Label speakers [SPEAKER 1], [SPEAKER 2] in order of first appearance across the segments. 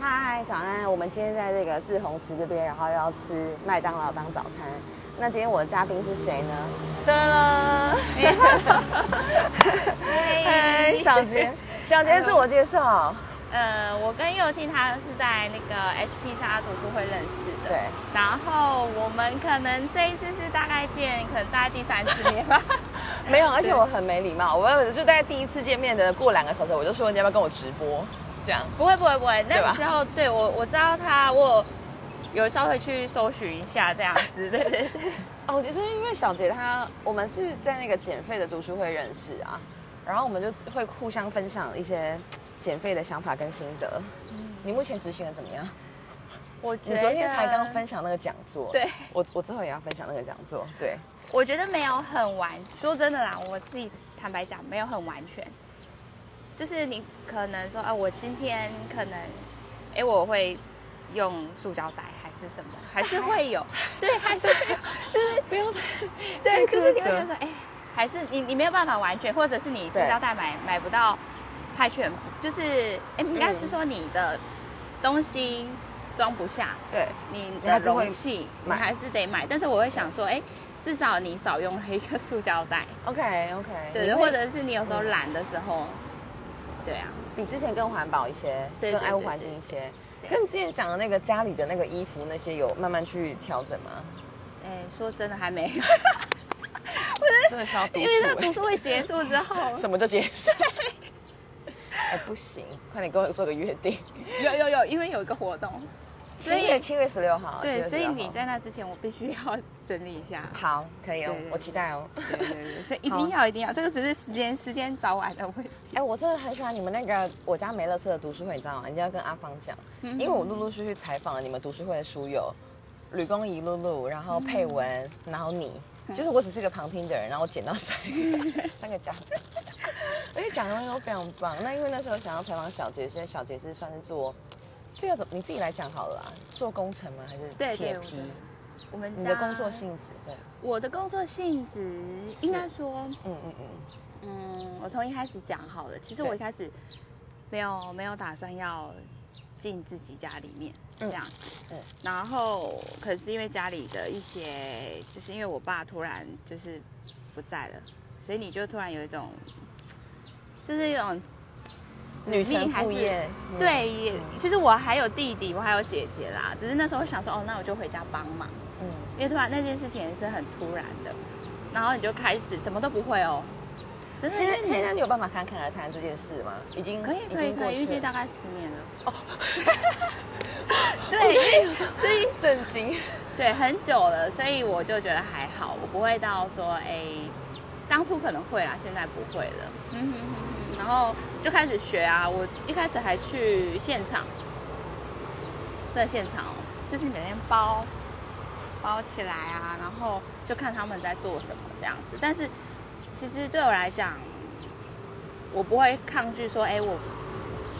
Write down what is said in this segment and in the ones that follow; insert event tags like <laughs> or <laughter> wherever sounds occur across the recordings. [SPEAKER 1] 嗨，早安！我们今天在这个志宏池这边，然后要吃麦当劳当早餐。那今天我的嘉宾是谁呢？噔噔噔！嗨，小杰， <laughs> 小杰自我介绍。
[SPEAKER 2] <laughs> 呃，我跟佑庆他是在那个 HP 沙读书会认识的，
[SPEAKER 1] 对，
[SPEAKER 2] 然后我们可能这一次是大概见，可能大概第三次面吧。
[SPEAKER 1] 没有，而且我很没礼貌，我就大概第一次见面的过两个小时，我就说你要不要跟我直播，这样。
[SPEAKER 2] <laughs> 不会不会不会，
[SPEAKER 1] 对吧
[SPEAKER 2] 那时候对我我知道他，我有有稍微去搜寻一下这样子，对对对。
[SPEAKER 1] 哦，就是因为小杰她，我们是在那个减肥的读书会认识啊，然后我们就会互相分享一些减肥的想法跟心得。嗯你目前执行的怎么样？
[SPEAKER 2] 我觉
[SPEAKER 1] 你
[SPEAKER 2] 得
[SPEAKER 1] 昨天才刚分享那个讲座，
[SPEAKER 2] 对，
[SPEAKER 1] 我我之后也要分享那个讲座，对，
[SPEAKER 2] 我觉得没有很完，说真的啦，我自己坦白讲，没有很完全。就是你可能说，啊，我今天可能，哎，我会用塑胶袋还是什么，还是
[SPEAKER 1] <laughs>
[SPEAKER 2] 会有，对，还是会有就是
[SPEAKER 1] 不用
[SPEAKER 2] 对，
[SPEAKER 1] 苛
[SPEAKER 2] 就是你会觉
[SPEAKER 1] 责
[SPEAKER 2] 得说，哎，还是你你没有办法完全，或者是你塑
[SPEAKER 1] 对
[SPEAKER 2] 胶袋买买不到太全部，就是哎，应该是说你的东西装不下，
[SPEAKER 1] 对，
[SPEAKER 2] 你
[SPEAKER 1] 你还
[SPEAKER 2] 的
[SPEAKER 1] 是会
[SPEAKER 2] 容器，你
[SPEAKER 1] 买
[SPEAKER 2] 还是得买。但是我会想说，哎，至少你少用了一个塑胶袋，
[SPEAKER 1] ，OK OK，
[SPEAKER 2] 对，或者是你有时
[SPEAKER 1] 嗯
[SPEAKER 2] 候懒的时候，对啊，
[SPEAKER 1] 比之前更环保一些，
[SPEAKER 2] 对
[SPEAKER 1] 更爱护
[SPEAKER 2] 对对
[SPEAKER 1] 环境一些。
[SPEAKER 2] 对
[SPEAKER 1] 跟之前讲的那个家里的那个衣服那些有慢慢去调整
[SPEAKER 2] <laughs>
[SPEAKER 1] 吗？
[SPEAKER 2] 哎，说真的还没，
[SPEAKER 1] 真的需要督
[SPEAKER 2] <laughs> 因为这个读
[SPEAKER 1] 促，欸
[SPEAKER 2] 书会结束之
[SPEAKER 1] <laughs>
[SPEAKER 2] 后，
[SPEAKER 1] 什么就结束。哎，不行，快点跟我做个约定。
[SPEAKER 2] 有有有，因为有一个活动，所
[SPEAKER 1] 七
[SPEAKER 2] 以
[SPEAKER 1] 月七月十六号，7
[SPEAKER 2] 对，
[SPEAKER 1] 月
[SPEAKER 2] 所以
[SPEAKER 1] 16
[SPEAKER 2] 你
[SPEAKER 1] 号
[SPEAKER 2] 在那之前，我必须要整理一
[SPEAKER 1] <laughs>
[SPEAKER 2] 下。
[SPEAKER 1] 好，可以哦
[SPEAKER 2] 对，对
[SPEAKER 1] 我期待哦。
[SPEAKER 2] 对对对，所以一定要一定要，这个只是时间时间早晚的问题。
[SPEAKER 1] 哎、我真啊的很喜欢你们那个我家梅乐社的读书会，你知道吗？你一定要跟阿芳讲，
[SPEAKER 2] 嗯
[SPEAKER 1] 因为我陆陆续续采访了你们读书会的书友，吕公仪、露露，然
[SPEAKER 2] 嗯
[SPEAKER 1] 后佩文，然后你，就是我只是个旁听的人，然后我捡到三个三个奖， <laughs> 而且讲的东西都非常棒。那因为那时候想要采访小杰，所以小杰是算是做这个怎么你自己来讲好了啦，做工程吗？还
[SPEAKER 2] 对
[SPEAKER 1] 是
[SPEAKER 2] 对
[SPEAKER 1] 铁
[SPEAKER 2] 我
[SPEAKER 1] 皮？
[SPEAKER 2] 的我们
[SPEAKER 1] 你的
[SPEAKER 2] 家
[SPEAKER 1] 工作，性质对，
[SPEAKER 2] 我的工作性质应该说，
[SPEAKER 1] 嗯嗯嗯，
[SPEAKER 2] 嗯，我从一开始讲好了。其实
[SPEAKER 1] 对
[SPEAKER 2] 我一开始没有没有打算要进自己家里面
[SPEAKER 1] 嗯
[SPEAKER 2] 这样子，
[SPEAKER 1] 嗯
[SPEAKER 2] 然后可是因为家里的一些，就是因为我爸突然就是不在了，所以你就突然有一种，就是一种
[SPEAKER 1] 女
[SPEAKER 2] 命
[SPEAKER 1] 神
[SPEAKER 2] 还
[SPEAKER 1] 副
[SPEAKER 2] 是
[SPEAKER 1] 业，嗯，
[SPEAKER 2] 对，也其实我还有弟弟，我还有姐姐啦。只是那时候想说，哦，那我就回家帮忙，
[SPEAKER 1] 嗯，
[SPEAKER 2] 因为突然那件事情也是很突然的，然后你就开始什么都不会哦。真的，
[SPEAKER 1] 现在
[SPEAKER 2] 因为
[SPEAKER 1] 现
[SPEAKER 2] 你
[SPEAKER 1] 在你有办法侃侃而谈这件事吗？已经
[SPEAKER 2] 可以
[SPEAKER 1] 已
[SPEAKER 2] 可以
[SPEAKER 1] 经过
[SPEAKER 2] 可以，因为
[SPEAKER 1] 去
[SPEAKER 2] 这
[SPEAKER 1] 了
[SPEAKER 2] 大概十年了。哦， <laughs> 对，因为所以
[SPEAKER 1] 震惊。
[SPEAKER 2] 对很久了，所以我就觉得还好，我不会到说哎，当初可能会啦，现在不会了。嗯哼哼哼，然后就开始学啊，我一开始还去现场，对现场哦，就是每天包包起来啊，然后就看他们在做什么这样子。但是其实对我来讲，我不会抗拒说，哎，我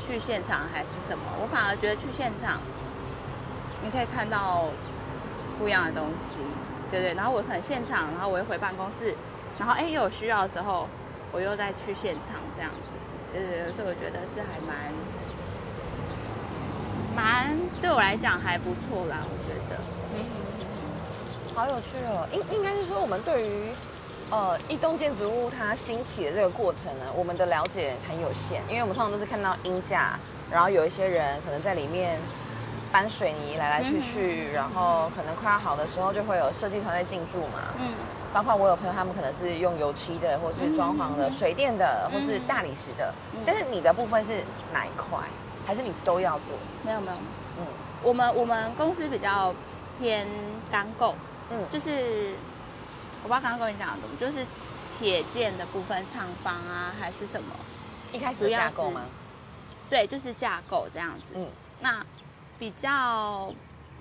[SPEAKER 2] 去现场还是什么，我反而觉得去现场，你可以看到不一样的东西，对不对？然后我可能现场，然后我又回办公室，然后哎又有需要的时候，我又再去现场这样子，对对对，所以我觉得是还蛮蛮对我来讲还不错啦，我觉得。
[SPEAKER 1] 好有趣哦！应应该是说，我们对于呃一栋建筑物它兴起的这个过程呢，我们的了解很有限，因为我们通常都是看到鹰架，然后有一些人可能在里面搬水泥来来去
[SPEAKER 2] 嗯
[SPEAKER 1] 去，然后可能快要好的时候就会有设计团队进驻嘛。
[SPEAKER 2] 嗯，
[SPEAKER 1] 包括我有朋友，他们可能是用油漆的，或是装潢的、
[SPEAKER 2] 嗯
[SPEAKER 1] 水电的，或是大理石的。但是你的部分是哪一块？还是你都要做？
[SPEAKER 2] 没有没有，
[SPEAKER 1] 嗯
[SPEAKER 2] 我们我们公司比较偏钢构，
[SPEAKER 1] 嗯，
[SPEAKER 2] 就是我不知道刚刚跟你讲的懂，就是铁件的部分，厂房啊还是什么，
[SPEAKER 1] 一开始的架构吗？
[SPEAKER 2] 对，就是架构这样子。
[SPEAKER 1] 嗯
[SPEAKER 2] 那比较，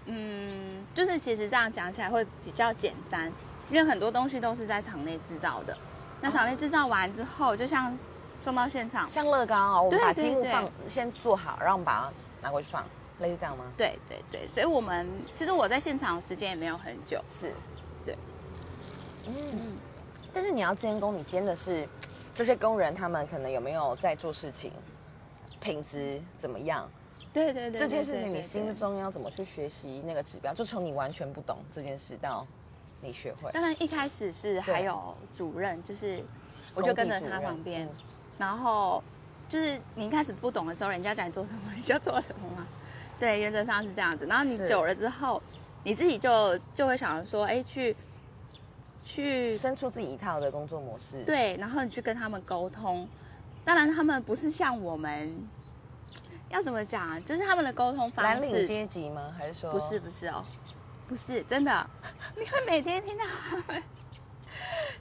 [SPEAKER 2] 嗯，就是其实这样讲起来会比较简单，因为很多东西都是在场内制造的。那场内制造完之后，就像送到现场，
[SPEAKER 1] 像乐高哦，我们
[SPEAKER 2] 对
[SPEAKER 1] 把
[SPEAKER 2] 对
[SPEAKER 1] 积木
[SPEAKER 2] 对
[SPEAKER 1] 放先做好，然后我们把它拿过去放，类似这样吗？
[SPEAKER 2] 对对对，所以我们其实我在现场的时间也没有很久，
[SPEAKER 1] 是，
[SPEAKER 2] 对，
[SPEAKER 1] 嗯。但是你要监工，你监的是这些工人，他们可能有没有在做事情，品质怎么样，
[SPEAKER 2] 对对对，
[SPEAKER 1] 这件
[SPEAKER 2] 对
[SPEAKER 1] 事情你心。
[SPEAKER 2] 对对对
[SPEAKER 1] 中要怎么去学习那个指标？就从你完全不懂这件事到你学会，
[SPEAKER 2] 当然一开始是还
[SPEAKER 1] 对
[SPEAKER 2] 有主任，就是我就跟着他旁边，
[SPEAKER 1] 工地主任
[SPEAKER 2] 然后就是你一开始不懂的时候，人家叫你做什么， <laughs> 你就做什么嘛。对，原则上是这样子。然后你
[SPEAKER 1] 是
[SPEAKER 2] 久了之后，你自己就就会想说，哎，去去
[SPEAKER 1] 嗯生出自己一套的工作模式。，
[SPEAKER 2] 对，然后你去跟他们沟通。当然，他们不是像我们要怎么讲，啊就是他们的沟通方
[SPEAKER 1] 蓝领
[SPEAKER 2] 式
[SPEAKER 1] 阶级吗？还是说
[SPEAKER 2] 不是不是哦，不是真
[SPEAKER 1] <laughs>
[SPEAKER 2] 的，你会每天听到他们。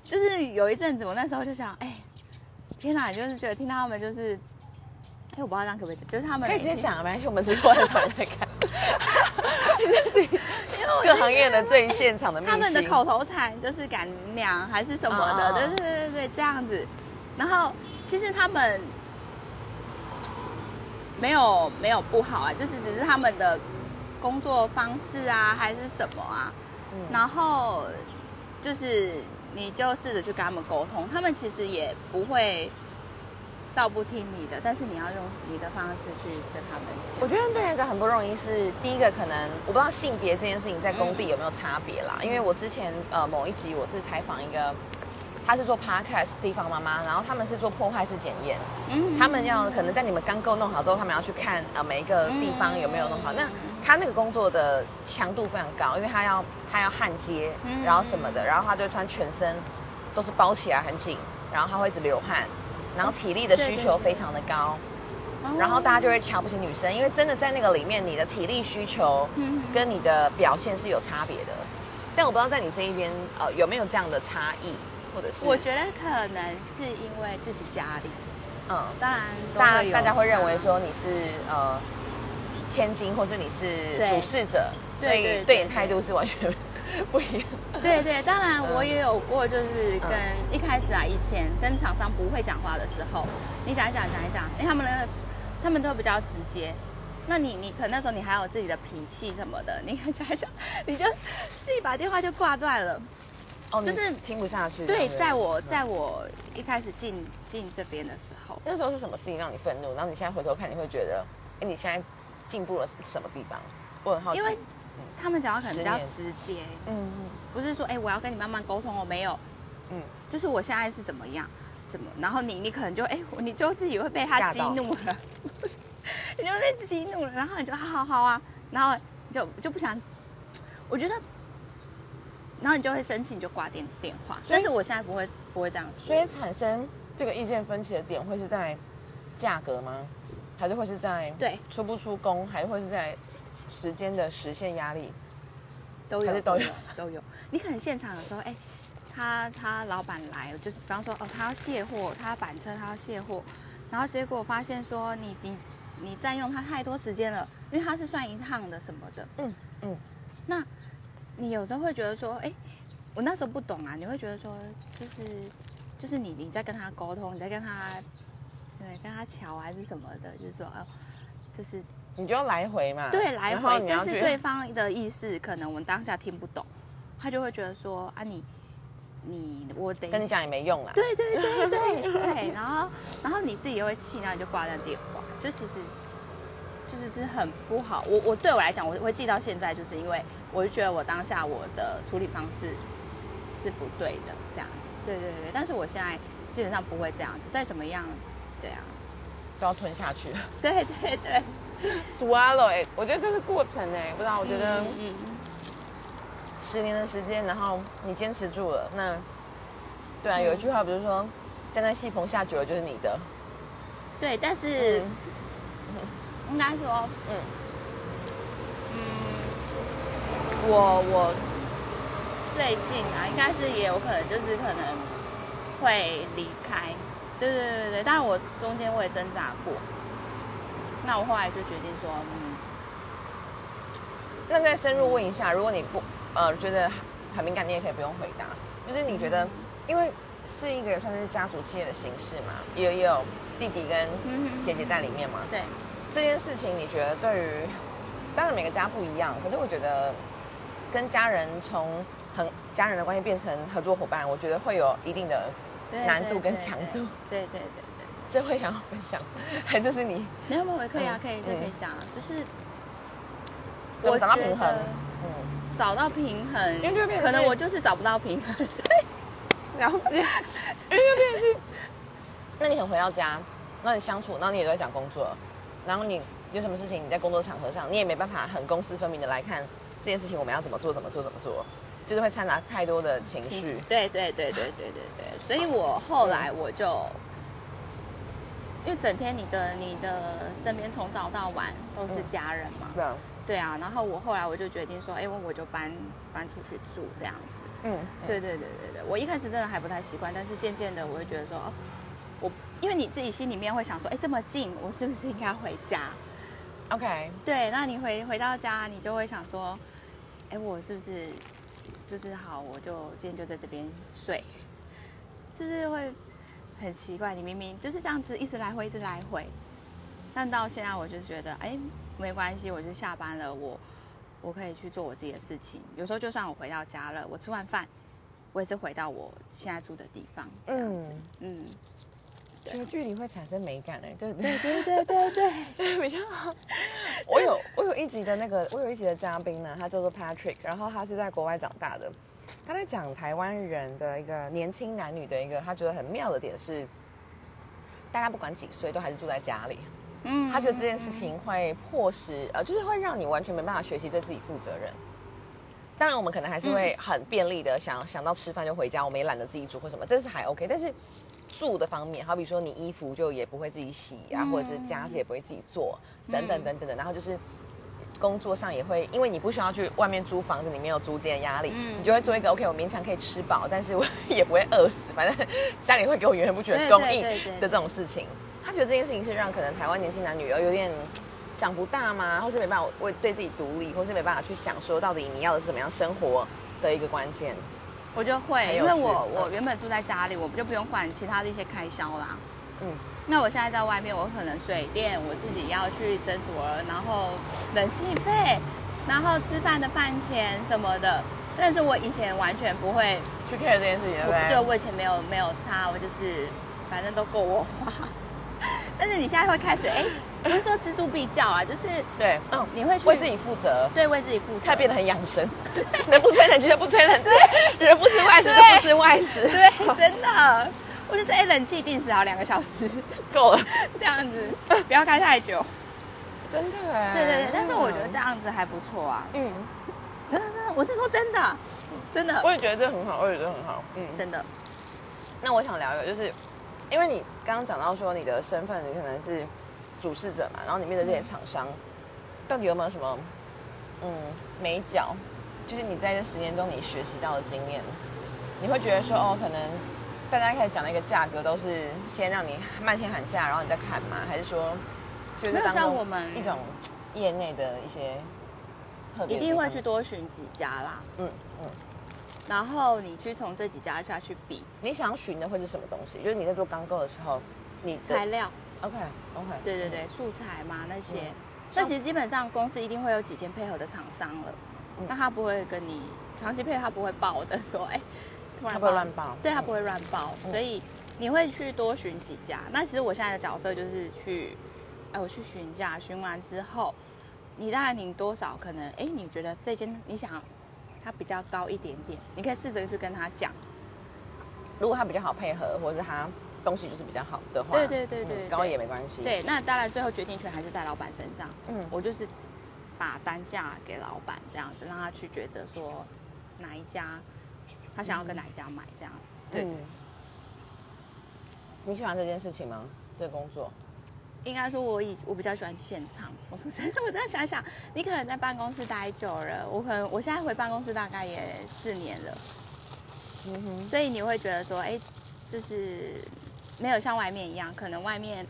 [SPEAKER 2] 就是有一阵子，我那时候就想，哎，天哪，就是觉得听到他们就是，哎，我不知道这样可不可以讲，就是他们
[SPEAKER 1] 可以直接讲啊，没关系，我们直播的时候再
[SPEAKER 2] <laughs>
[SPEAKER 1] 看。各行业的最现场的秘辛
[SPEAKER 2] 他们的口头禅就是“敢娘”还是什么
[SPEAKER 1] 啊
[SPEAKER 2] 的，对对对对对，这样子。然后其实他们没有没有不好啊，就是只是他们的工作方式啊，还是什么啊，
[SPEAKER 1] 嗯
[SPEAKER 2] 然后就是你就试着去跟他们沟通，他们其实也不会。到不听你的，但是你要用你的方式去跟他们讲。
[SPEAKER 1] 我觉得对人的很不容易是第一个，可能我不知道性别这件事情在工地有没有差别
[SPEAKER 2] 嗯
[SPEAKER 1] 啦。因为我之前呃某一集我是采访一个，她是做 podcast 地方妈妈，然后他们是做破坏式检验，
[SPEAKER 2] 嗯
[SPEAKER 1] 他们要可能在你们钢构弄好之后，他们要去看呃每一个地方有没有弄好。
[SPEAKER 2] 嗯
[SPEAKER 1] 那他那个工作的强度非常高，因为他要他要焊接，
[SPEAKER 2] 嗯
[SPEAKER 1] 然后什么的，然后他就穿全身都是包起来很紧，然后他会一直流汗，然后体力的需求非常的高。
[SPEAKER 2] 哦
[SPEAKER 1] 然后大家就会瞧不起女生，因为真的在那个里面，你的体力需求
[SPEAKER 2] 嗯
[SPEAKER 1] 跟你的表现是有差别的。但我不知道在你这一边，呃，有没有这样的差异，或者是
[SPEAKER 2] 我觉得可能是因为自己家里，
[SPEAKER 1] 嗯，
[SPEAKER 2] 当然都
[SPEAKER 1] 大
[SPEAKER 2] 有啊
[SPEAKER 1] 大家会认为
[SPEAKER 2] 差
[SPEAKER 1] 说你是呃千金，或是你是
[SPEAKER 2] 对
[SPEAKER 1] 主事者，所
[SPEAKER 2] 对对
[SPEAKER 1] 以
[SPEAKER 2] 对
[SPEAKER 1] 对你态度是完全 <laughs> 不一样。
[SPEAKER 2] 对对，当然我也有过，就是跟
[SPEAKER 1] 嗯
[SPEAKER 2] 一开始啊，以前跟厂商不会讲话的时候，你讲一讲讲一讲，哎，他们的他们都比较直接。那你你可能那时候你还有自己的脾气什么的，你 <laughs> 看讲一讲，你就自己把电话就挂断了。
[SPEAKER 1] 哦，你
[SPEAKER 2] 就是
[SPEAKER 1] 听不下去。
[SPEAKER 2] 对，
[SPEAKER 1] 这样子
[SPEAKER 2] 在我在我一开始进进这边的时候，
[SPEAKER 1] 那时候是什么事情让你愤怒？然后你现在回头看，你会觉得，哎，你现在进步了什么地方？我很好奇。
[SPEAKER 2] 因为他们讲话可能比较
[SPEAKER 1] 哦嗯十
[SPEAKER 2] 直接，
[SPEAKER 1] 嗯
[SPEAKER 2] 不是说哎我要跟你慢慢沟通哦，没有，
[SPEAKER 1] 嗯嗯，
[SPEAKER 2] 就是我现在是怎么样，怎么，然后你你可能就哎、你就自己会被他
[SPEAKER 1] 吓
[SPEAKER 2] 激
[SPEAKER 1] 到
[SPEAKER 2] 怒了， <laughs> 你就被激怒了，然后你就好好好啊，然后你就就不想，我觉得，然后你就会生气，你就挂电电话。
[SPEAKER 1] 所以
[SPEAKER 2] 但是我现在不会不会这样做，
[SPEAKER 1] 所以产生这个意见分歧的点会是在价格吗？还是会是在
[SPEAKER 2] 对
[SPEAKER 1] 出不出工？还是会是在时间的实现压力？
[SPEAKER 2] 都
[SPEAKER 1] 还
[SPEAKER 2] 有
[SPEAKER 1] 是都有
[SPEAKER 2] 都有。你可能现场有时候哎。他他老板来了，就是比方说哦，他要卸货，他要板车，他要卸货，然后结果发现说你你你占用他太多时间了，因为他是算一趟的什么的，
[SPEAKER 1] 嗯嗯，
[SPEAKER 2] 那你有时候会觉得说，哎、我那时候不懂啊，你会觉得说，就是就是你你在跟他沟通，你在跟他对跟他瞧还是什么的，就是说哦，就是
[SPEAKER 1] 你就要来回嘛。
[SPEAKER 2] 对来
[SPEAKER 1] 然后
[SPEAKER 2] 回，
[SPEAKER 1] 你要
[SPEAKER 2] 但
[SPEAKER 1] 去
[SPEAKER 2] 是对方的意思可能我们当下听不懂，他就会觉得说啊你你我等
[SPEAKER 1] 跟
[SPEAKER 2] 一
[SPEAKER 1] 你
[SPEAKER 2] 下，
[SPEAKER 1] 讲也没用啦。
[SPEAKER 2] 对对对对对，然后然后你自己又会气，然后你就挂断电话，就其实。就是这很不好，我我对我来讲，我会记到现在，就是因为我就觉得我当下我的处理方式是不对的，这样子。对对对，对但是我现在基本上不会这样子，再怎么样，对啊，
[SPEAKER 1] 都要吞下去
[SPEAKER 2] 对对对，
[SPEAKER 1] ，swallow it。我觉得这是过程哎、不知道，我觉得
[SPEAKER 2] 嗯嗯
[SPEAKER 1] 十年的时间，然后你坚持住了，那对啊，有一
[SPEAKER 2] 嗯
[SPEAKER 1] 句话不是说，站在戏棚下久了就是你的。
[SPEAKER 2] 对，但是、
[SPEAKER 1] 嗯
[SPEAKER 2] 应该说，
[SPEAKER 1] 嗯
[SPEAKER 2] 嗯，我我最近啊，应该是也有可能就是可能会离开，对对对对对，当然我中间我也挣扎过，那我后来就决定说，嗯，
[SPEAKER 1] 那再深入问一下，如果你不呃觉得很敏感，你也可以不用回答。就是你觉得，
[SPEAKER 2] 嗯
[SPEAKER 1] 因为是一个也算是家族企业的形式嘛，也也有弟弟跟
[SPEAKER 2] 嗯
[SPEAKER 1] 姐姐在里面嘛。
[SPEAKER 2] 对，
[SPEAKER 1] 这件事情，你觉得对于，当然每个家不一样，可是我觉得跟家人从很家人的关系变成合作伙伴，我觉得会有一定的
[SPEAKER 2] 对
[SPEAKER 1] 难度
[SPEAKER 2] 对
[SPEAKER 1] 跟
[SPEAKER 2] 对
[SPEAKER 1] 强
[SPEAKER 2] 对
[SPEAKER 1] 度
[SPEAKER 2] 对对对对对。
[SPEAKER 1] 这会想要分享，还就是你
[SPEAKER 2] 没有没有，可以啊，
[SPEAKER 1] 嗯
[SPEAKER 2] 可以，这
[SPEAKER 1] 嗯
[SPEAKER 2] 可以讲啊，就是
[SPEAKER 1] 怎么找到
[SPEAKER 2] 觉
[SPEAKER 1] 平衡
[SPEAKER 2] 得？
[SPEAKER 1] 嗯，
[SPEAKER 2] 找到平衡，
[SPEAKER 1] 因为就会变成
[SPEAKER 2] 可能
[SPEAKER 1] 是
[SPEAKER 2] 我就是找不到平衡，所以
[SPEAKER 1] 然后因为就变成是，那你很回到家，那你相处，然后你也都在讲工作，然后你有什么事情你在工作场合上，你也没办法很公私分明的来看这件事情我们要怎么做，怎么做，怎么做，就是会掺杂太多的情绪。
[SPEAKER 2] 嗯对对对对对对对，所以我后来我就，因为整天你的你的身边从早到晚都是家人嘛，
[SPEAKER 1] 对啊，
[SPEAKER 2] 对啊，然后我后来我就决定说，哎，我我就搬搬出去住这样子。
[SPEAKER 1] 嗯，
[SPEAKER 2] 对对对对对，我一开始真的还不太习惯，但是渐渐的我会觉得说，哦，我因为你自己心里面会想说，哎，这么近，我是不是应该回家？
[SPEAKER 1] ，OK，
[SPEAKER 2] 对，那你回回到家，你就会想说，哎，我是不是就是好，我就今天就在这边睡，就是会很奇怪，你明明就是这样子一直来回，一直来回，但到现在我就觉得，哎，没关系，我就下班了，我我可以去做我自己的事情。有时候就算我回到家了，我吃完饭，我也是回到我现在住的地方，这样子，
[SPEAKER 1] 嗯，
[SPEAKER 2] 嗯，对
[SPEAKER 1] 其实距离会产生美感的，欸对不对？ <laughs>
[SPEAKER 2] 对对对对，
[SPEAKER 1] 就是比较好。我有我有一集的那个，我有一集的嘉宾呢，他叫做 Patrick，然后他是在国外长大的，他在讲台湾人的一个年轻男女的一个，他觉得很妙的点是，大家不管几岁都还是住在家里，
[SPEAKER 2] 嗯
[SPEAKER 1] 他觉得这件事情会迫使呃，就是会让你完全没办法学习对自己负责任。当然，我们可能
[SPEAKER 2] 嗯
[SPEAKER 1] 还是会很便利的想、想到吃饭就回家，我们也懒得自己煮或什么，这是还 OK。但是住的方面，好比说你衣服就也不会自己洗啊，
[SPEAKER 2] 嗯
[SPEAKER 1] 或者是家事也不会自己做，等等等等的。然后就是工作上也会，因为你不需要去外面租房子，你没有租金的压力，
[SPEAKER 2] 嗯
[SPEAKER 1] 你就会做一个 OK，我勉强可以吃饱，但是我 <laughs> 也不会饿死，反正家里会给我源源不绝的
[SPEAKER 2] 对
[SPEAKER 1] 供
[SPEAKER 2] 对
[SPEAKER 1] 应
[SPEAKER 2] 对对
[SPEAKER 1] 的这种事情。他觉得这件事情是让可能台湾年轻男女有点长不大嘛，或是没办法为对自己独立，或是没办法去想说到底你要的是什么样生活的一个关键。
[SPEAKER 2] 我就
[SPEAKER 1] 还
[SPEAKER 2] 会，
[SPEAKER 1] 有
[SPEAKER 2] 因为
[SPEAKER 1] 是
[SPEAKER 2] 我
[SPEAKER 1] 嗯
[SPEAKER 2] 我原本住在家里，我就不用管其他的一些开销啦。
[SPEAKER 1] 嗯，
[SPEAKER 2] 那我现在在外面，我可能水电我自己要去斟酌了，然后冷气费，然后吃饭的饭钱什么的。但是我以前完全不会，
[SPEAKER 1] 去 care 这件事情，对不
[SPEAKER 2] 我
[SPEAKER 1] 对？
[SPEAKER 2] 对我以前没有没有差，我就是反正都够我花。 <laughs> 但是你现在会开
[SPEAKER 1] <laughs>
[SPEAKER 2] 始，哎，不是说锱铢必较啊，就是
[SPEAKER 1] 对，嗯，
[SPEAKER 2] 你会去
[SPEAKER 1] 为自己负责。
[SPEAKER 2] 对为自己负责，
[SPEAKER 1] 他变得很养生， <laughs> 能不吹冷气就不吹冷气，人不吃外食就不吃外食，
[SPEAKER 2] 对，真的，我就是哎，冷气定时好两个小时。
[SPEAKER 1] 够了，
[SPEAKER 2] <laughs> 这样子，不要开太久。
[SPEAKER 1] 真的哎。
[SPEAKER 2] <laughs> 对对对，但是我觉得这
[SPEAKER 1] 样，
[SPEAKER 2] 样子还不错啊，
[SPEAKER 1] 嗯，
[SPEAKER 2] 真的真的，我是说真的，真
[SPEAKER 1] 我
[SPEAKER 2] 的
[SPEAKER 1] 也觉得这很好，我也觉得很好，嗯，
[SPEAKER 2] 真的，
[SPEAKER 1] 那我想聊一个，就是因为你刚刚讲到说你的身份，你可能是主事者嘛，然后你面对这些厂商，到底有没有什么嗯美角？就是你在这十年中你学习到的经验，你会觉得说哦，可能大家开始讲的一个价格都是先让你漫天喊价，然后你再看嘛，还是说就是
[SPEAKER 2] 没有
[SPEAKER 1] 当
[SPEAKER 2] 像
[SPEAKER 1] 中
[SPEAKER 2] 我们
[SPEAKER 1] 一种业内的一些特别
[SPEAKER 2] 一
[SPEAKER 1] 的地方？
[SPEAKER 2] 定会去多寻几家啦，
[SPEAKER 1] 嗯嗯，
[SPEAKER 2] 然后你去从这几家下去比
[SPEAKER 1] 你想寻的会是什么东西？就是你在做钢构的时候，你的
[SPEAKER 2] 材料，
[SPEAKER 1] OK OK
[SPEAKER 2] 对对对，素材嘛那些
[SPEAKER 1] 嗯，
[SPEAKER 2] 那其实基本上公司一定会有几间配合的厂商了
[SPEAKER 1] 嗯，
[SPEAKER 2] 那他不会跟你长期配合，他不会爆的说，哎， <laughs> 突然
[SPEAKER 1] 他不会乱报
[SPEAKER 2] 对他
[SPEAKER 1] 嗯
[SPEAKER 2] 不会乱报，
[SPEAKER 1] 嗯
[SPEAKER 2] 所以你会去多寻几家。那其实我现在的角色就是去，哎，我去询价，询完之后，你当然你多少可能，哎，你觉得这间你想它比较高一点点，你可以试着去跟他讲，
[SPEAKER 1] 嗯如果他比较好配合，或者是他东西就是比较好的话，嗯
[SPEAKER 2] 对对对对对
[SPEAKER 1] 高也没关系。，
[SPEAKER 2] 对，那当然最后决定权还是在老板身上。
[SPEAKER 1] 嗯
[SPEAKER 2] 我就是把单价给老板这样子，让他去抉择说哪一家他想要跟哪一家买这样子。对，
[SPEAKER 1] 嗯你喜欢这件事情吗？这个工作？
[SPEAKER 2] 应该说我以我比较喜欢现场。我说真的，我这样想想，你可能在办公室待久了，我可能我现在回办公室大概也四年了，
[SPEAKER 1] 嗯哼，
[SPEAKER 2] 所以你会觉得说，哎，就是没有像外面一样，可能外面。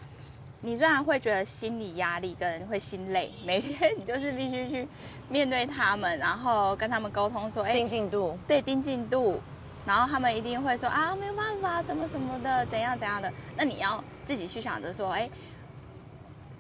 [SPEAKER 2] 你虽然会觉得心理压力跟会心累，每天你就是必须去面对他们，然后跟他们沟通说，哎，
[SPEAKER 1] 定进度，
[SPEAKER 2] 对盯进度，然后他们一定会说啊没有办法，什么什么的，怎样怎样的。那你要自己去想着说，哎，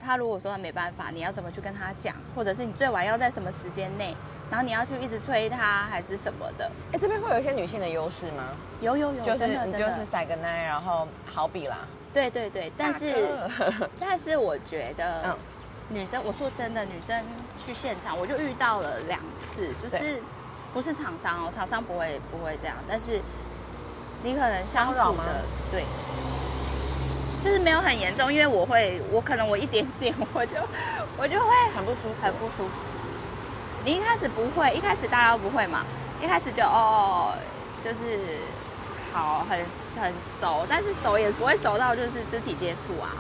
[SPEAKER 2] 他如果说他没办法，你要怎么去跟他讲，或者是你最晚要在什么时间内，然后你要去一直催他还是什么的。
[SPEAKER 1] 哎，这边会有一些女性的优势吗？
[SPEAKER 2] 有有有，
[SPEAKER 1] 就是
[SPEAKER 2] 真的
[SPEAKER 1] 你
[SPEAKER 2] 真
[SPEAKER 1] 就是
[SPEAKER 2] 的，
[SPEAKER 1] 塞个奶，然后好比啦，
[SPEAKER 2] 对对对，但是
[SPEAKER 1] 大哥
[SPEAKER 2] 但是我觉得
[SPEAKER 1] 嗯，
[SPEAKER 2] 女生，我说真的，女生去现场，我就遇到了两次，就是
[SPEAKER 1] 对
[SPEAKER 2] 不是厂商哦，厂商不会不会这样，但是你可能相
[SPEAKER 1] 骚扰
[SPEAKER 2] 处
[SPEAKER 1] 吗
[SPEAKER 2] 的对，就是没有很严重，因为我会，我可能我一点点我就我就会
[SPEAKER 1] 很不舒服，
[SPEAKER 2] 很不舒服。你一开始不会，一开始大家都不会嘛，一开始就哦，就是好很很熟，但是熟也不会熟到就是肢体接触啊。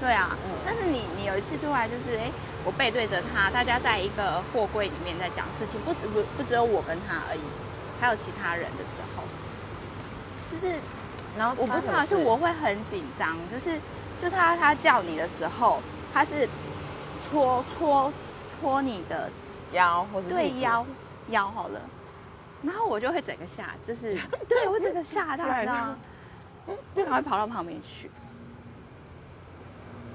[SPEAKER 2] 对啊，
[SPEAKER 1] 嗯
[SPEAKER 2] 但是你你有一次突然就是哎，我背对着他，大家在一个货柜里面在讲事情，不只不不只有我跟他而已，还有其他人的时候，就是
[SPEAKER 1] 然后
[SPEAKER 2] 嗯我不
[SPEAKER 1] 发
[SPEAKER 2] 知
[SPEAKER 1] 生
[SPEAKER 2] 道，
[SPEAKER 1] 什
[SPEAKER 2] 是
[SPEAKER 1] 么事
[SPEAKER 2] 我会很紧张，就是就是他他叫你的时候，他是戳戳戳你的
[SPEAKER 1] 腰或者
[SPEAKER 2] 对腰腰好了，然后我就会整个吓，就是
[SPEAKER 1] <laughs>
[SPEAKER 2] 对我整个吓到，你
[SPEAKER 1] 对
[SPEAKER 2] 知道吗？就赶快跑到旁边去。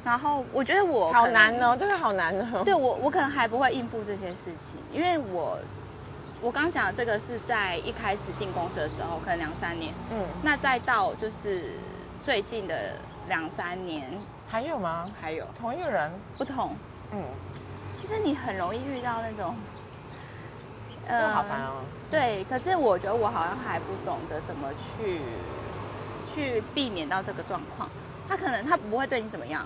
[SPEAKER 2] 然后我觉得我
[SPEAKER 1] 好
[SPEAKER 2] 可能
[SPEAKER 1] 难哦，这个好难哦。
[SPEAKER 2] 对我，我可能还不会应付这些事情，因为我我刚讲的这个是在一开始进公司的时候，可能两三年，
[SPEAKER 1] 嗯，
[SPEAKER 2] 那再到就是最近的两三年，
[SPEAKER 1] 还有吗？
[SPEAKER 2] 还有
[SPEAKER 1] 同一个人，
[SPEAKER 2] 不同，
[SPEAKER 1] 嗯，
[SPEAKER 2] 就是你很容易遇到那种，呃
[SPEAKER 1] 这个好烦哦。
[SPEAKER 2] 对，可是我觉得我好像还不懂得怎么去去避免到这个状况。他可能他不会对你怎么样，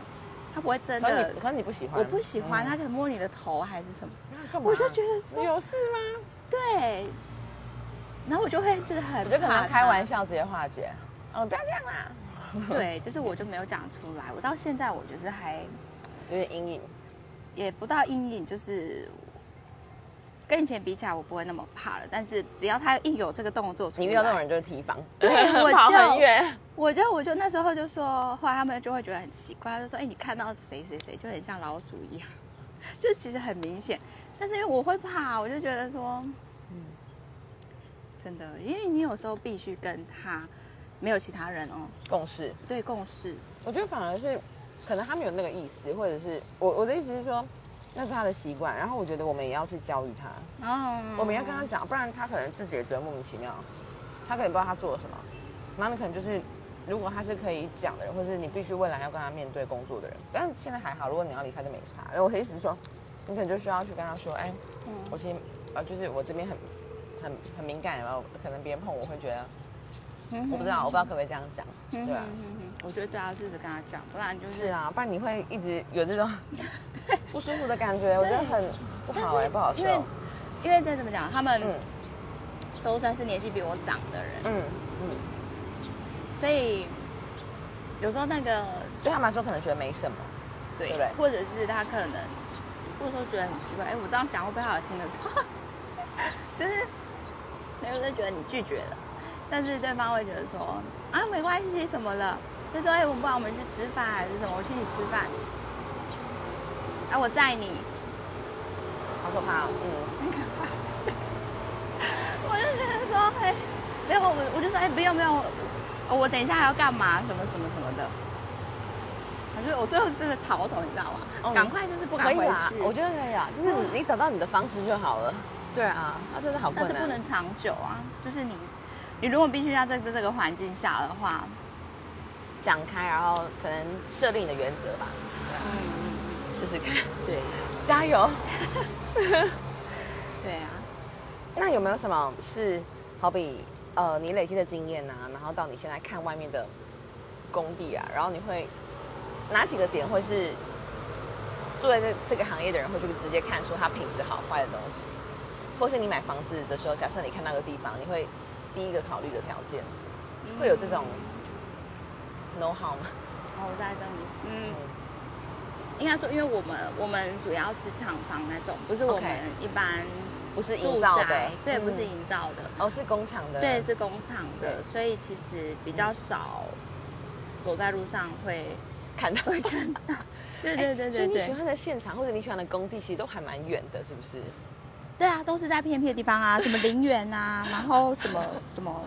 [SPEAKER 2] 他不会真
[SPEAKER 1] 可
[SPEAKER 2] 的
[SPEAKER 1] 你，可你不喜欢，
[SPEAKER 2] 我不喜欢，
[SPEAKER 1] 嗯
[SPEAKER 2] 他可能摸你的头还是什么，
[SPEAKER 1] 那干嘛
[SPEAKER 2] 我就觉得说
[SPEAKER 1] 有事吗？
[SPEAKER 2] 对，然后我就会真的很，
[SPEAKER 1] 我觉得可能开玩，笑直接化解。哦，不要这样啦，
[SPEAKER 2] 对，就是我就没有讲出来，我到现在我就是还。
[SPEAKER 1] 有点阴影。
[SPEAKER 2] 也不到阴影，就是跟以前比起来，我不会那么怕了。但是只要他一有这个动作出来，
[SPEAKER 1] 你遇到这种人就是提防， <laughs>
[SPEAKER 2] 对我就
[SPEAKER 1] 跑很远。
[SPEAKER 2] 我就我就那时候就说，后来他们就会觉得很奇怪，就说：“哎、你看到谁谁谁就很像老鼠一样，就其实很明显。”但是因为我会怕，我就觉得说，嗯，真的，因为你有时候必须跟他没有其他人哦，
[SPEAKER 1] 共事，
[SPEAKER 2] 对共事，
[SPEAKER 1] 我觉得反而是可能他没有那个意思，或者是我我的意思是说。那是他的习惯，然后我觉得我们也要去教育他，
[SPEAKER 2] 嗯，
[SPEAKER 1] 我们要跟他讲，不然他可能自己也觉得莫名其妙，他可能不知道他做了什么，然后你可能就是，如果他是可以讲的人，或是你必须未来要跟他面对工作的人，但现在还好，如果你要离开就没啥。然后我的意思是说，你可能就需要去跟他说，哎，
[SPEAKER 2] 嗯
[SPEAKER 1] 我其实呃就是我这边很很很敏感，然后可能别人碰我会觉得，
[SPEAKER 2] 嗯
[SPEAKER 1] 我不知道，我不知道可不可以这样讲，
[SPEAKER 2] 嗯
[SPEAKER 1] 对啊，
[SPEAKER 2] 嗯嗯我觉得对啊，试着跟他讲，不然就是
[SPEAKER 1] 是啊，不然你会一直有这种不舒服的感觉，我觉得很不
[SPEAKER 2] 但
[SPEAKER 1] 好哎、
[SPEAKER 2] 是
[SPEAKER 1] 不好受
[SPEAKER 2] 因。为因为再怎么讲，他们
[SPEAKER 1] 嗯
[SPEAKER 2] 都算是年纪比我长的人，
[SPEAKER 1] 嗯嗯，
[SPEAKER 2] 所以有时候那个
[SPEAKER 1] 对他们来说可能觉得没什么，
[SPEAKER 2] 对
[SPEAKER 1] 对不对
[SPEAKER 2] 或者是他可能，或者说觉得很奇怪，哎，我这样讲会不会好听得到？ <laughs> 就是那个就觉得你拒绝了，但是对方会觉得说啊没关系什么了，就说哎，我不然我们去吃饭还是什么，我请你吃饭，啊我载你，
[SPEAKER 1] 好可怕、哦。嗯。
[SPEAKER 2] 我就觉得说，哎、没有，我我就说，哎、不用不用，我我等一下还要干嘛，什么什么什么的。我就我最后是真的逃走，你知道
[SPEAKER 1] 哦
[SPEAKER 2] 吗？赶、快就是不敢
[SPEAKER 1] 可
[SPEAKER 2] 回
[SPEAKER 1] 以啦
[SPEAKER 2] 去，，
[SPEAKER 1] 我觉得可以啊，就是你你找到你的方式就好了。对啊，啊，真的好困
[SPEAKER 2] 但
[SPEAKER 1] 难。
[SPEAKER 2] 是不能长久啊，就是你你如果必须要在这这个环境下的话，
[SPEAKER 1] 讲开，然后可能设立你的原则吧，啊
[SPEAKER 2] 嗯，
[SPEAKER 1] 试试 <laughs> 看，
[SPEAKER 2] 对
[SPEAKER 1] 加油。
[SPEAKER 2] 对啊，
[SPEAKER 1] <laughs> 那有没有什么是好比呃你累积的经验啊，然后到你现在看外面的工地啊，然后你会哪几个点会是做在这这个行业的人会去直接看出它品质好坏的东西，或是你买房子的时候，假设你看那个地方，你会第一个考虑的条件嗯会有这种 no how 吗？ <laughs>
[SPEAKER 2] 哦，我在这里，嗯，
[SPEAKER 1] 嗯
[SPEAKER 2] 应该说，因为我们我们主要是厂房那种，不是我们
[SPEAKER 1] OK
[SPEAKER 2] 一般
[SPEAKER 1] 不是营
[SPEAKER 2] 住
[SPEAKER 1] 造
[SPEAKER 2] 宅
[SPEAKER 1] 的，，
[SPEAKER 2] 对，
[SPEAKER 1] 嗯
[SPEAKER 2] 不是营造的。
[SPEAKER 1] 哦，是工厂的，
[SPEAKER 2] 对，是工厂的，
[SPEAKER 1] 对
[SPEAKER 2] 所以其实比较少走在路上会。
[SPEAKER 1] 看到看到，
[SPEAKER 2] <laughs> 对
[SPEAKER 1] 哎 <laughs> 所以你喜欢的现场或者你喜欢的工地，其实都还蛮远的，是不是？
[SPEAKER 2] 对啊，都是在偏僻的地方啊，什么陵园啊，然后什么什么，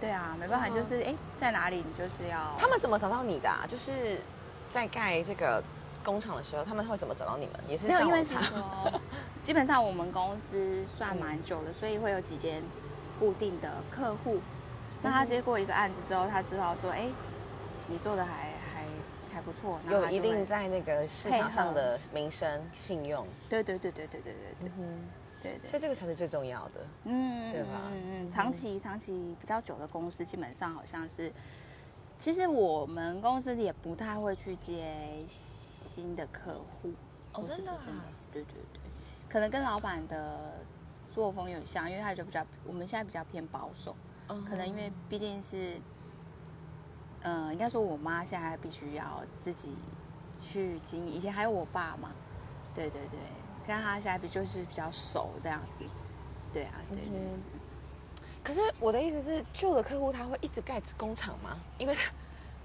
[SPEAKER 2] 对啊，没办法，就是哎，在哪里你就是要
[SPEAKER 1] 他们怎么找到你的、啊？就是在盖这个工厂的时候，他们会怎么找到你们？也是
[SPEAKER 2] 没有，
[SPEAKER 1] 上
[SPEAKER 2] 因为
[SPEAKER 1] 网
[SPEAKER 2] 是
[SPEAKER 1] 查。
[SPEAKER 2] 说，基本上我们公司算蛮久的，所以会有几间嗯固定的客户。那他接过一个案子之后，他知道说，哎，你做的还还还不错，然后
[SPEAKER 1] 有
[SPEAKER 2] 他
[SPEAKER 1] 一
[SPEAKER 2] 就会
[SPEAKER 1] 定在那个市场上的名声、信用，
[SPEAKER 2] 对对对对对对对
[SPEAKER 1] 嗯，
[SPEAKER 2] 对对
[SPEAKER 1] 所以这个才是最重要的。
[SPEAKER 2] 嗯，
[SPEAKER 1] 对吧
[SPEAKER 2] 嗯嗯，长期长期比较久的公司，基本上好像是，其实我们公司也不太会去接新的客户。
[SPEAKER 1] 哦
[SPEAKER 2] 我是
[SPEAKER 1] 真的
[SPEAKER 2] 说
[SPEAKER 1] 啊
[SPEAKER 2] 真的，对对对，可能跟老板的作风有像，因为他就比较，我们现在比较偏保守，
[SPEAKER 1] 嗯
[SPEAKER 2] 可能因为毕竟是，呃，应该说我妈现在必须要自己去经营，以前还有我爸嘛，对对对，但他现在比就是比较熟这样子，对啊，对对
[SPEAKER 1] 嗯可是我的意思是，旧的客户他会一直盖工厂吗？因为他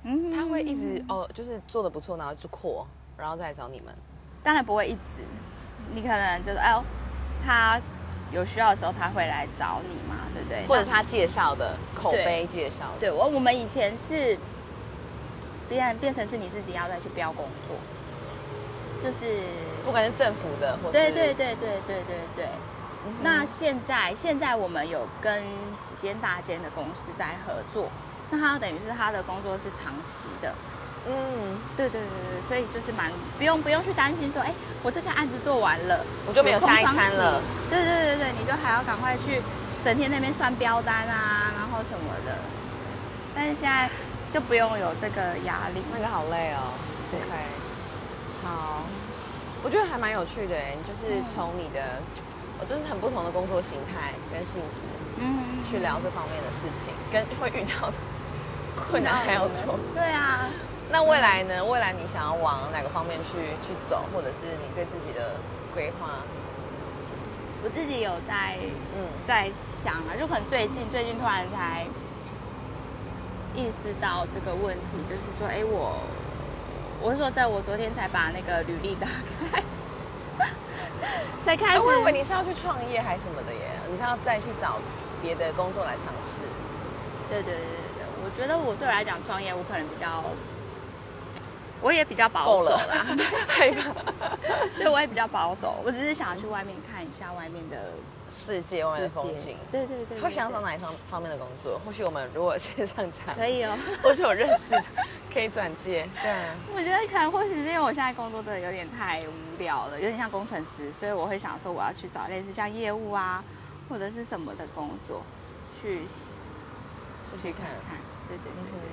[SPEAKER 2] 嗯
[SPEAKER 1] 他会一直哦，就是做的不错，然后就扩，然后再来找你们。
[SPEAKER 2] 当然不会一直，你可能就是哎呦，他有需要的时候他会来找你嘛，对不对？
[SPEAKER 1] 或者他介绍的口
[SPEAKER 2] 对
[SPEAKER 1] 碑介绍的，
[SPEAKER 2] 对我我们以前是变变成是你自己要再去标工作，就是
[SPEAKER 1] 不管是政府的，或是
[SPEAKER 2] 对对，对对对对对。
[SPEAKER 1] 嗯哼
[SPEAKER 2] 那现在现在我们有跟几间大间的公司在合作，那他等于是他的工作是长期的，
[SPEAKER 1] 嗯，
[SPEAKER 2] 对对对对，所以就是蛮不用不用去担心说，哎，我这个案子做完了，
[SPEAKER 1] 我就没有下一餐
[SPEAKER 2] 空
[SPEAKER 1] 了
[SPEAKER 2] 窗期。对对对对，你就还要赶快去整天那边算标单啊，然后什么的。但是现在就不用有这个压力。
[SPEAKER 1] 那个好累哦。
[SPEAKER 2] 对
[SPEAKER 1] OK，好，我觉得还蛮有趣的诶，就是
[SPEAKER 2] 嗯
[SPEAKER 1] 从你的，我就是很不同的工作形态跟性质
[SPEAKER 2] 嗯
[SPEAKER 1] 去聊这方面的事情，跟会遇到的困难还有挫折。
[SPEAKER 2] 对啊，
[SPEAKER 1] <laughs> 那未来呢？未来你想要往哪个方面去去走，或者是你对自己的规划？
[SPEAKER 2] 我自己有在
[SPEAKER 1] 嗯
[SPEAKER 2] 在想啊，就可能最近最近突然才意识到这个问题，就是说，哎，我我是说，在我昨天才把那个履历打开，才开
[SPEAKER 1] 哎，
[SPEAKER 2] 始。
[SPEAKER 1] 我以为你是要去创业还是什么的耶，你是要再去找别的工作来尝试。
[SPEAKER 2] 对对对对对，我觉得我对我来讲创业，我可能比较，我也比较保
[SPEAKER 1] 够
[SPEAKER 2] 守
[SPEAKER 1] 了啊
[SPEAKER 2] 啦
[SPEAKER 1] 啦，害怕
[SPEAKER 2] <laughs> 对，我也比较保守，我只是想要去外面看一下外面的
[SPEAKER 1] <laughs> 世界外的风
[SPEAKER 2] 世界
[SPEAKER 1] 景。
[SPEAKER 2] 对对对对对
[SPEAKER 1] 会想找哪一方方面的工作？或许我们如果线上讲，
[SPEAKER 2] 可以哦。
[SPEAKER 1] 或者我认识的可以转介。对啊，
[SPEAKER 2] 我觉得可能或许是因为我现在工作真的有点太无聊了，有点像工程师，所以我会想说我要去找类似像业务啊或者是什么的工作去试
[SPEAKER 1] 试试看。
[SPEAKER 2] 看。对对对对对，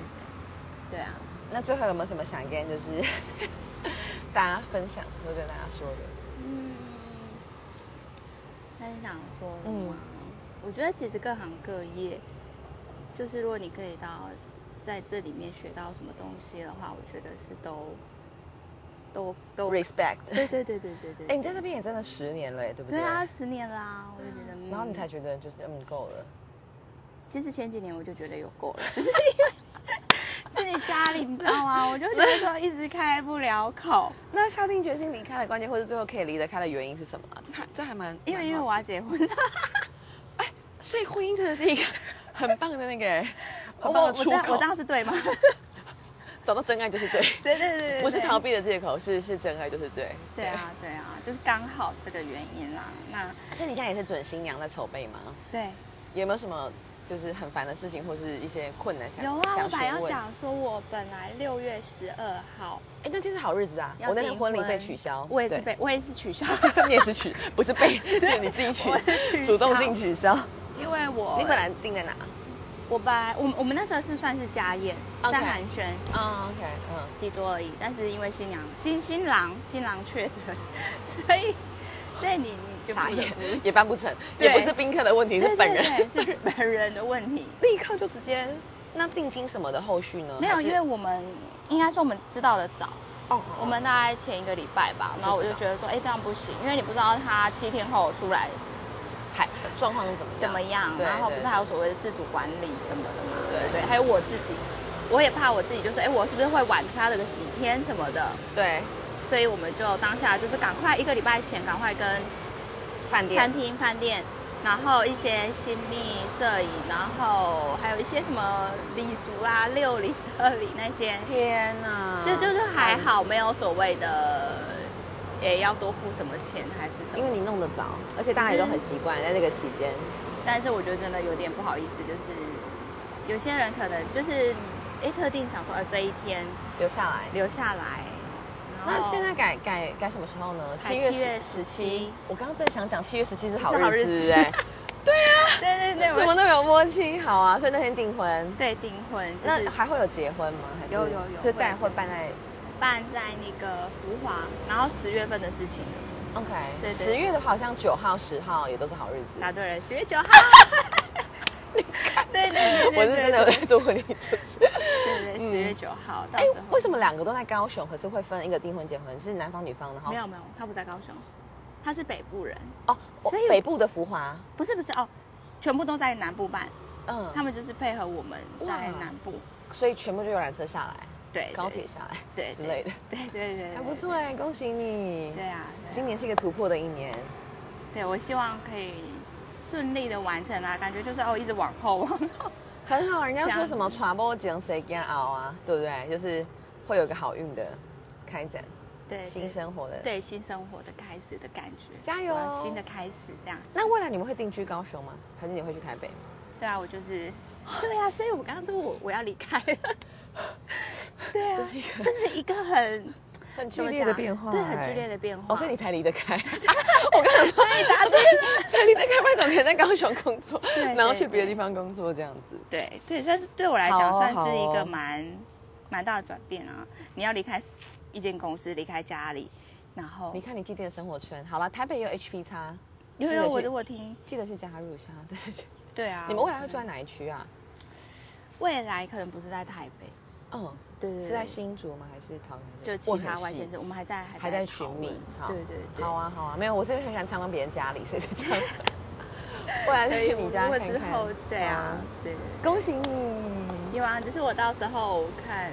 [SPEAKER 2] 对啊。
[SPEAKER 1] 那最后有没有什么想跟就是 <laughs> 大家分享，或者跟大家说的？
[SPEAKER 2] 嗯，那你想说的
[SPEAKER 1] 嗯
[SPEAKER 2] 吗？我觉得其实各行各业，就是如果你可以到在这里面学到什么东西的话，我觉得是都都都
[SPEAKER 1] respect。
[SPEAKER 2] 对对对对对对。
[SPEAKER 1] 哎、你在这边也真的十年了耶，对不对？
[SPEAKER 2] 对啊，。十年啦、我就觉得。嗯
[SPEAKER 1] 然后你才觉得就是嗯够了，
[SPEAKER 2] 其实前几年我就觉得有够了， <laughs> 只是因为自己家里你知道吗？我就觉得说一直开不了口，
[SPEAKER 1] 那下定决心离开的关键，或者最后可以离得开的原因是什么啊？这还这还蛮
[SPEAKER 2] 因为因为
[SPEAKER 1] 蛮
[SPEAKER 2] 我
[SPEAKER 1] 好奇
[SPEAKER 2] 要结婚了。
[SPEAKER 1] 所以婚姻真的是一个 <laughs> 很棒的那个
[SPEAKER 2] <laughs>
[SPEAKER 1] 耶，
[SPEAKER 2] 我
[SPEAKER 1] 很
[SPEAKER 2] 我
[SPEAKER 1] 棒
[SPEAKER 2] 我
[SPEAKER 1] 的
[SPEAKER 2] 这
[SPEAKER 1] 出
[SPEAKER 2] 样
[SPEAKER 1] 口
[SPEAKER 2] 我这。样是对吗？ <laughs>
[SPEAKER 1] 找到真爱就是对，
[SPEAKER 2] 对对对对对，
[SPEAKER 1] 不是逃避的借口，是是真爱就是对。
[SPEAKER 2] 对啊，对啊，就是刚好这个原因啦。
[SPEAKER 1] <laughs>
[SPEAKER 2] 那
[SPEAKER 1] 所以你现在也是准新娘在筹备吗？
[SPEAKER 2] 对，
[SPEAKER 1] 有没有什么就是很烦的事情，或是一些困难想
[SPEAKER 2] 有啊，我
[SPEAKER 1] 想
[SPEAKER 2] 本来
[SPEAKER 1] 询
[SPEAKER 2] 要
[SPEAKER 1] 问？
[SPEAKER 2] 讲说，我本来六月十二号
[SPEAKER 1] 哎，那天是好日子啊！
[SPEAKER 2] 要
[SPEAKER 1] 我那天
[SPEAKER 2] 订
[SPEAKER 1] 婚礼被取消，
[SPEAKER 2] 我也是
[SPEAKER 1] 对，
[SPEAKER 2] 被，我也是取消，
[SPEAKER 1] <laughs> 你也是取，不是被，是你自己取
[SPEAKER 2] 我取，
[SPEAKER 1] 主动
[SPEAKER 2] 消
[SPEAKER 1] 性取消。
[SPEAKER 2] 因为我
[SPEAKER 1] 你本来定在哪？
[SPEAKER 2] 我本来我们我们那时候是算是家宴，
[SPEAKER 1] OK
[SPEAKER 2] 在寒暄
[SPEAKER 1] 啊，OK，嗯，
[SPEAKER 2] 几桌而已，但是因为新娘新新郎新郎确诊，所以所以你你就不
[SPEAKER 1] 傻
[SPEAKER 2] 得
[SPEAKER 1] 眼
[SPEAKER 2] 不，
[SPEAKER 1] 也办不成，
[SPEAKER 2] 对
[SPEAKER 1] 也不是宾客的问题，是
[SPEAKER 2] 对
[SPEAKER 1] 本
[SPEAKER 2] 对
[SPEAKER 1] 人
[SPEAKER 2] 对，是本人的问题。
[SPEAKER 1] <laughs> 立刻就直接。那定金什么的后续呢？
[SPEAKER 2] 没有，
[SPEAKER 1] 还是
[SPEAKER 2] 因为我们应该说我们知道的早，
[SPEAKER 1] 哦，
[SPEAKER 2] 我们大概前一个礼拜吧，然后我就觉得说，哎，这样不行，因为你不知道他七天后出来
[SPEAKER 1] 还状况是怎么
[SPEAKER 2] 怎么样，
[SPEAKER 1] 对
[SPEAKER 2] 然后不
[SPEAKER 1] 对
[SPEAKER 2] 是还有所谓的自主管理什么的嘛，
[SPEAKER 1] 对
[SPEAKER 2] 对不对？还有我自己，我也怕我自己就是，哎，我是不是会晚他的个几天什么的，
[SPEAKER 1] 对
[SPEAKER 2] 所以我们就当下就是赶快一个礼拜前赶快跟
[SPEAKER 1] 饭店
[SPEAKER 2] 餐厅、饭店，然后一些新密摄影，然后还有一些什么礼俗啊、六礼、十二礼那些，
[SPEAKER 1] 天呐，
[SPEAKER 2] 这就就还好，没有所谓的，也要多付什么钱还是什
[SPEAKER 1] 因
[SPEAKER 2] 么
[SPEAKER 1] 为。你弄得早，而且大家也都很习惯在那个期间。
[SPEAKER 2] 但是我觉得真的有点不好意思，就是有些人可能就是哎特定想说，呃这一天
[SPEAKER 1] 留下来。
[SPEAKER 2] 留下来。然
[SPEAKER 1] 那
[SPEAKER 2] 后
[SPEAKER 1] 现在改改改什么时候呢？
[SPEAKER 2] 改
[SPEAKER 1] 7
[SPEAKER 2] 7月
[SPEAKER 1] 十
[SPEAKER 2] 17
[SPEAKER 1] 七。我刚刚正想讲七月十七是好
[SPEAKER 2] 是好
[SPEAKER 1] 日
[SPEAKER 2] 日
[SPEAKER 1] 子
[SPEAKER 2] 子
[SPEAKER 1] 哎、
[SPEAKER 2] <laughs> 对对对，
[SPEAKER 1] 怎么
[SPEAKER 2] 我
[SPEAKER 1] 那么有默契？好啊，所以那天订婚。
[SPEAKER 2] 对订婚就是
[SPEAKER 1] 那还会有结婚吗？还是
[SPEAKER 2] 有有有
[SPEAKER 1] 就在
[SPEAKER 2] 会
[SPEAKER 1] 会办在
[SPEAKER 2] 办在那个福华，然后十月份的事情。
[SPEAKER 1] OK。
[SPEAKER 2] 对对
[SPEAKER 1] 十月的话，好像九号、十号也都是好日子。
[SPEAKER 2] 答对了，十月
[SPEAKER 1] <laughs>
[SPEAKER 2] 九号。对对对对对，
[SPEAKER 1] 我是真的有
[SPEAKER 2] 对
[SPEAKER 1] 在做婚礼主持。
[SPEAKER 2] 对对，
[SPEAKER 1] 嗯
[SPEAKER 2] 十月九号，到
[SPEAKER 1] 哎
[SPEAKER 2] 时候。，
[SPEAKER 1] 为什么两个都在高雄，可是会分一个订婚结婚是男方女方的哈
[SPEAKER 2] 没？有没有，他不在高雄，他是北部人，
[SPEAKER 1] 哦，我
[SPEAKER 2] 所以我
[SPEAKER 1] 北部的浮华，
[SPEAKER 2] 不是不是哦，全部都在南部办，
[SPEAKER 1] 嗯，
[SPEAKER 2] 他们就是配合我们在
[SPEAKER 1] 哇
[SPEAKER 2] 南部，
[SPEAKER 1] 所以全部就游览车下来，
[SPEAKER 2] 对，对
[SPEAKER 1] 高铁下来，
[SPEAKER 2] 对
[SPEAKER 1] 之类的，，
[SPEAKER 2] 对对对对，对
[SPEAKER 1] 还不。错哎，恭喜你！
[SPEAKER 2] 对啊，对
[SPEAKER 1] 今
[SPEAKER 2] 啊
[SPEAKER 1] 年是一个突破的一年，
[SPEAKER 2] 对我希望可以顺利的完成啊，感觉就是哦一直往后往后，
[SPEAKER 1] 很好。人家
[SPEAKER 2] 这
[SPEAKER 1] 说
[SPEAKER 2] 样
[SPEAKER 1] 什么“传播讲谁干熬”啊，对不对？就是会有个好运的开展，
[SPEAKER 2] 对，
[SPEAKER 1] 新
[SPEAKER 2] 对
[SPEAKER 1] 生活的。。
[SPEAKER 2] 对新生活的开始的感觉，
[SPEAKER 1] 加油
[SPEAKER 2] 我要新的开始这样子。
[SPEAKER 1] 那未来你们会定居高雄吗？还是你会去台北？
[SPEAKER 2] 对啊，我就是，对啊，所以我刚刚说我我要离开
[SPEAKER 1] <laughs>
[SPEAKER 2] 了。对啊，
[SPEAKER 1] 这是一个
[SPEAKER 2] 这是一个很
[SPEAKER 1] 很剧
[SPEAKER 2] 怎么
[SPEAKER 1] 烈的
[SPEAKER 2] 讲
[SPEAKER 1] 变化，
[SPEAKER 2] 对，很
[SPEAKER 1] 哎
[SPEAKER 2] 剧烈的变化。
[SPEAKER 1] 哦，所以
[SPEAKER 2] <laughs>
[SPEAKER 1] 你才离得开， <laughs>
[SPEAKER 2] 我刚刚所以答对了。
[SPEAKER 1] 才离得开，不然怎么可以在高雄工作， <laughs>
[SPEAKER 2] 对对
[SPEAKER 1] 然后去别的地方工作这样子？
[SPEAKER 2] 对对，但是对我来讲
[SPEAKER 1] 好哦
[SPEAKER 2] 算是一
[SPEAKER 1] 好
[SPEAKER 2] 个
[SPEAKER 1] 哦
[SPEAKER 2] 蛮、蛮大的转变啊！你要离开一间公司，离开家里，然后
[SPEAKER 1] 你看你既定的生活圈，好了，台北也有 HP 叉，
[SPEAKER 2] 因
[SPEAKER 1] 记得
[SPEAKER 2] 为我
[SPEAKER 1] 去
[SPEAKER 2] 如果听，
[SPEAKER 1] 记得去加入一下。对对对，
[SPEAKER 2] 对啊，
[SPEAKER 1] 你们未来
[SPEAKER 2] 我
[SPEAKER 1] 会
[SPEAKER 2] 可
[SPEAKER 1] 住在
[SPEAKER 2] 能
[SPEAKER 1] 哪一区啊？
[SPEAKER 2] 未来可能不是在台北，
[SPEAKER 1] 嗯，
[SPEAKER 2] 对对对，
[SPEAKER 1] 是在新竹吗？还是桃园？
[SPEAKER 2] 就
[SPEAKER 1] 我
[SPEAKER 2] 其
[SPEAKER 1] 很
[SPEAKER 2] 他外
[SPEAKER 1] 细
[SPEAKER 2] 县市，我们还在还
[SPEAKER 1] 还在
[SPEAKER 2] 讨
[SPEAKER 1] 寻觅
[SPEAKER 2] 论
[SPEAKER 1] 好
[SPEAKER 2] 对对对，
[SPEAKER 1] 好啊，好啊，没有，我是很喜欢参观别人家里，所以是这
[SPEAKER 2] <laughs>
[SPEAKER 1] 样。未来就
[SPEAKER 2] 所
[SPEAKER 1] 去
[SPEAKER 2] 以
[SPEAKER 1] 你
[SPEAKER 2] 我
[SPEAKER 1] 家
[SPEAKER 2] 如果
[SPEAKER 1] 看
[SPEAKER 2] 之后
[SPEAKER 1] 看。，
[SPEAKER 2] 对啊，对对对。
[SPEAKER 1] 恭喜你！
[SPEAKER 2] 希望就是我到时候看，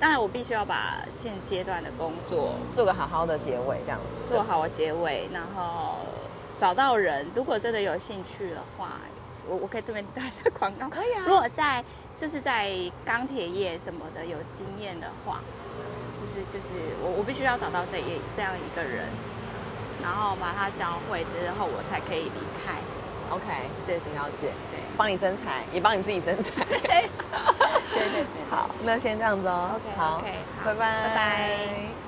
[SPEAKER 2] 当然我必须要把现阶段的工作
[SPEAKER 1] 做个好好的结尾，这样子。
[SPEAKER 2] 做好我结尾，然后找到人。如果真的有兴趣的话，我我可以这边打一下广告。
[SPEAKER 1] 可以啊
[SPEAKER 2] 如果在就是在钢铁业什么的有经验的话，就是就是我我必须要找到这一这样一个人，然后把他教会之后，我才可以离开。
[SPEAKER 1] OK，
[SPEAKER 2] 对对
[SPEAKER 1] 了解，
[SPEAKER 2] 对
[SPEAKER 1] 帮你增财，也帮你自己增财。
[SPEAKER 2] <laughs> 对对对。
[SPEAKER 1] 好，那先这样子哦。
[SPEAKER 2] OK，OK，
[SPEAKER 1] 好
[SPEAKER 2] 好，
[SPEAKER 1] 拜拜，
[SPEAKER 2] 拜拜。